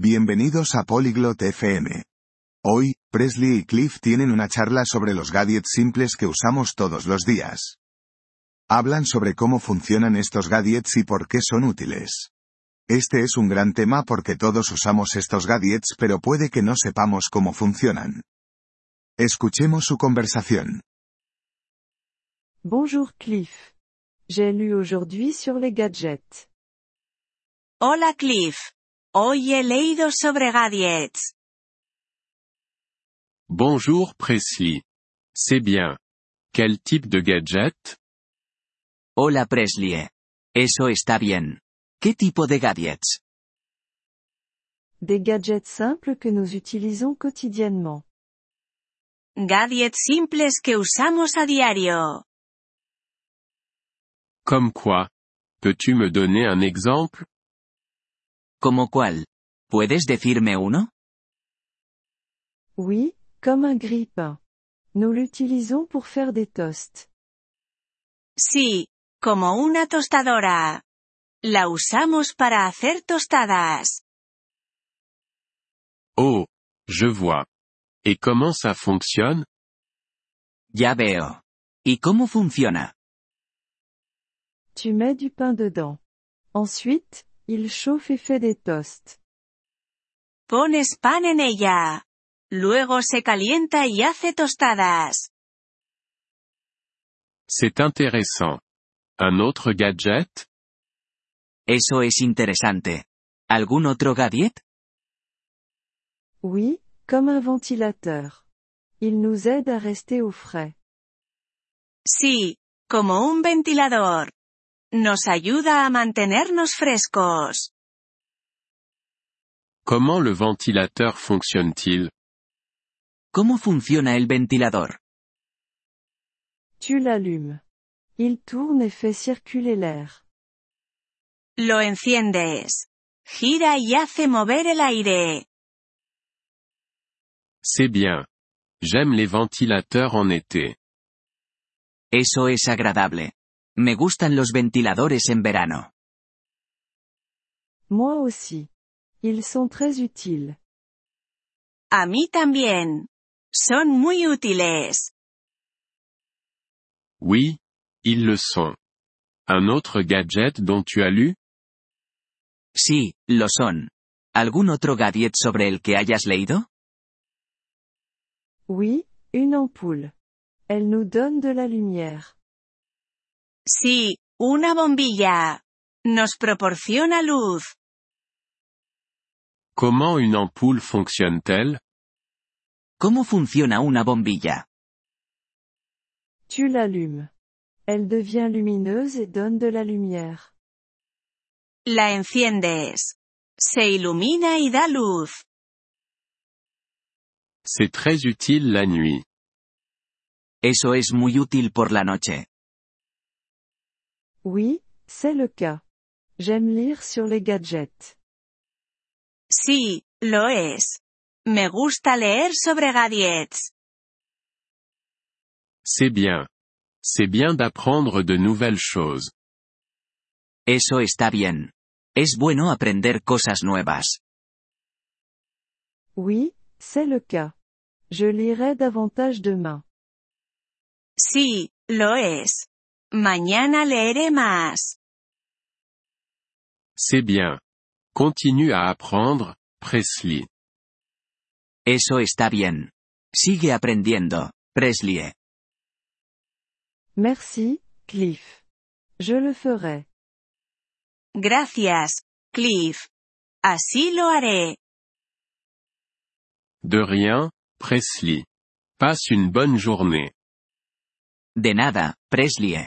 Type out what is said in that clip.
Bienvenidos a Polyglot FM. Hoy, Presley y Cliff tienen una charla sobre los gadgets simples que usamos todos los días. Hablan sobre cómo funcionan estos gadgets y por qué son útiles. Este es un gran tema porque todos usamos estos gadgets pero puede que no sepamos cómo funcionan. Escuchemos su conversación. Bonjour Cliff. J'ai lu aujourd'hui sur les gadgets. Hola Cliff. Hoy he leído sobre gadgets. Bonjour Presley. C'est bien. Quel type de gadget Hola Presley. Eso está bien. ¿Qué tipo de gadgets? Des gadgets simples que nous utilisons quotidiennement. Gadgets simples que usamos a diario. Comme quoi Peux-tu me donner un exemple ¿Como cuál? ¿Puedes decirme uno? Oui, comme un grille-pain. Nous l'utilisons pour faire des toasts. Sí, como una tostadora. La usamos para hacer tostadas. Oh, je vois. Et comment ça fonctionne Ya veo. ¿Y cómo funciona? Tu mets du pain dedans. Ensuite, il chauffe et fait des toasts. Pones pan en ella. Luego se calienta y hace tostadas. C'est intéressant. Un autre gadget Eso es interesante. ¿Algún otro gadget? Oui, comme un ventilateur. Il nous aide à rester au frais. Sí, como un ventilador. Nos ayuda a mantenernos frescos. Comment le ventilateur fonctionne-t-il ¿Cómo funciona el ventilador? Tu l'allumes. Il tourne et fait circuler l'air. Lo enciendes. Gira y hace mover el aire. C'est bien. J'aime les ventilateurs en été. Eso es agradable. Me gustan los ventiladores en verano. Moi aussi. Ils sont très utiles. A mí también. Son muy útiles. Oui, ils le sont. Un autre gadget dont tu as lu Sí, lo son. ¿Algún otro gadget sobre el que hayas leído? Oui, une ampoule. Elle nous donne de la lumière. Sí, una bombilla. Nos proporciona luz. Comment une ampoule fonctionne-t-elle ¿Cómo funciona una bombilla? Tu l'allumes. Elle devient lumineuse et donne de la lumière. La enciendes. Se ilumina y da luz. C'est très utile la nuit. Eso es muy útil por la noche. Oui, c'est le cas. J'aime lire sur les gadgets. Sí, lo es. Me gusta leer sobre gadgets. C'est bien. C'est bien d'apprendre de nouvelles choses. Eso está bien. Es bueno aprender cosas nuevas. Oui, c'est le cas. Je lirai davantage demain. Sí, lo es. Mañana leeré más. C'est bien. Continue à apprendre, Presley. Eso está bien. Sigue aprendiendo, Presley. Merci, Cliff. Je le ferai. Gracias, Cliff. Así lo haré. De rien, Presley. Passe une bonne journée. De nada, Presley.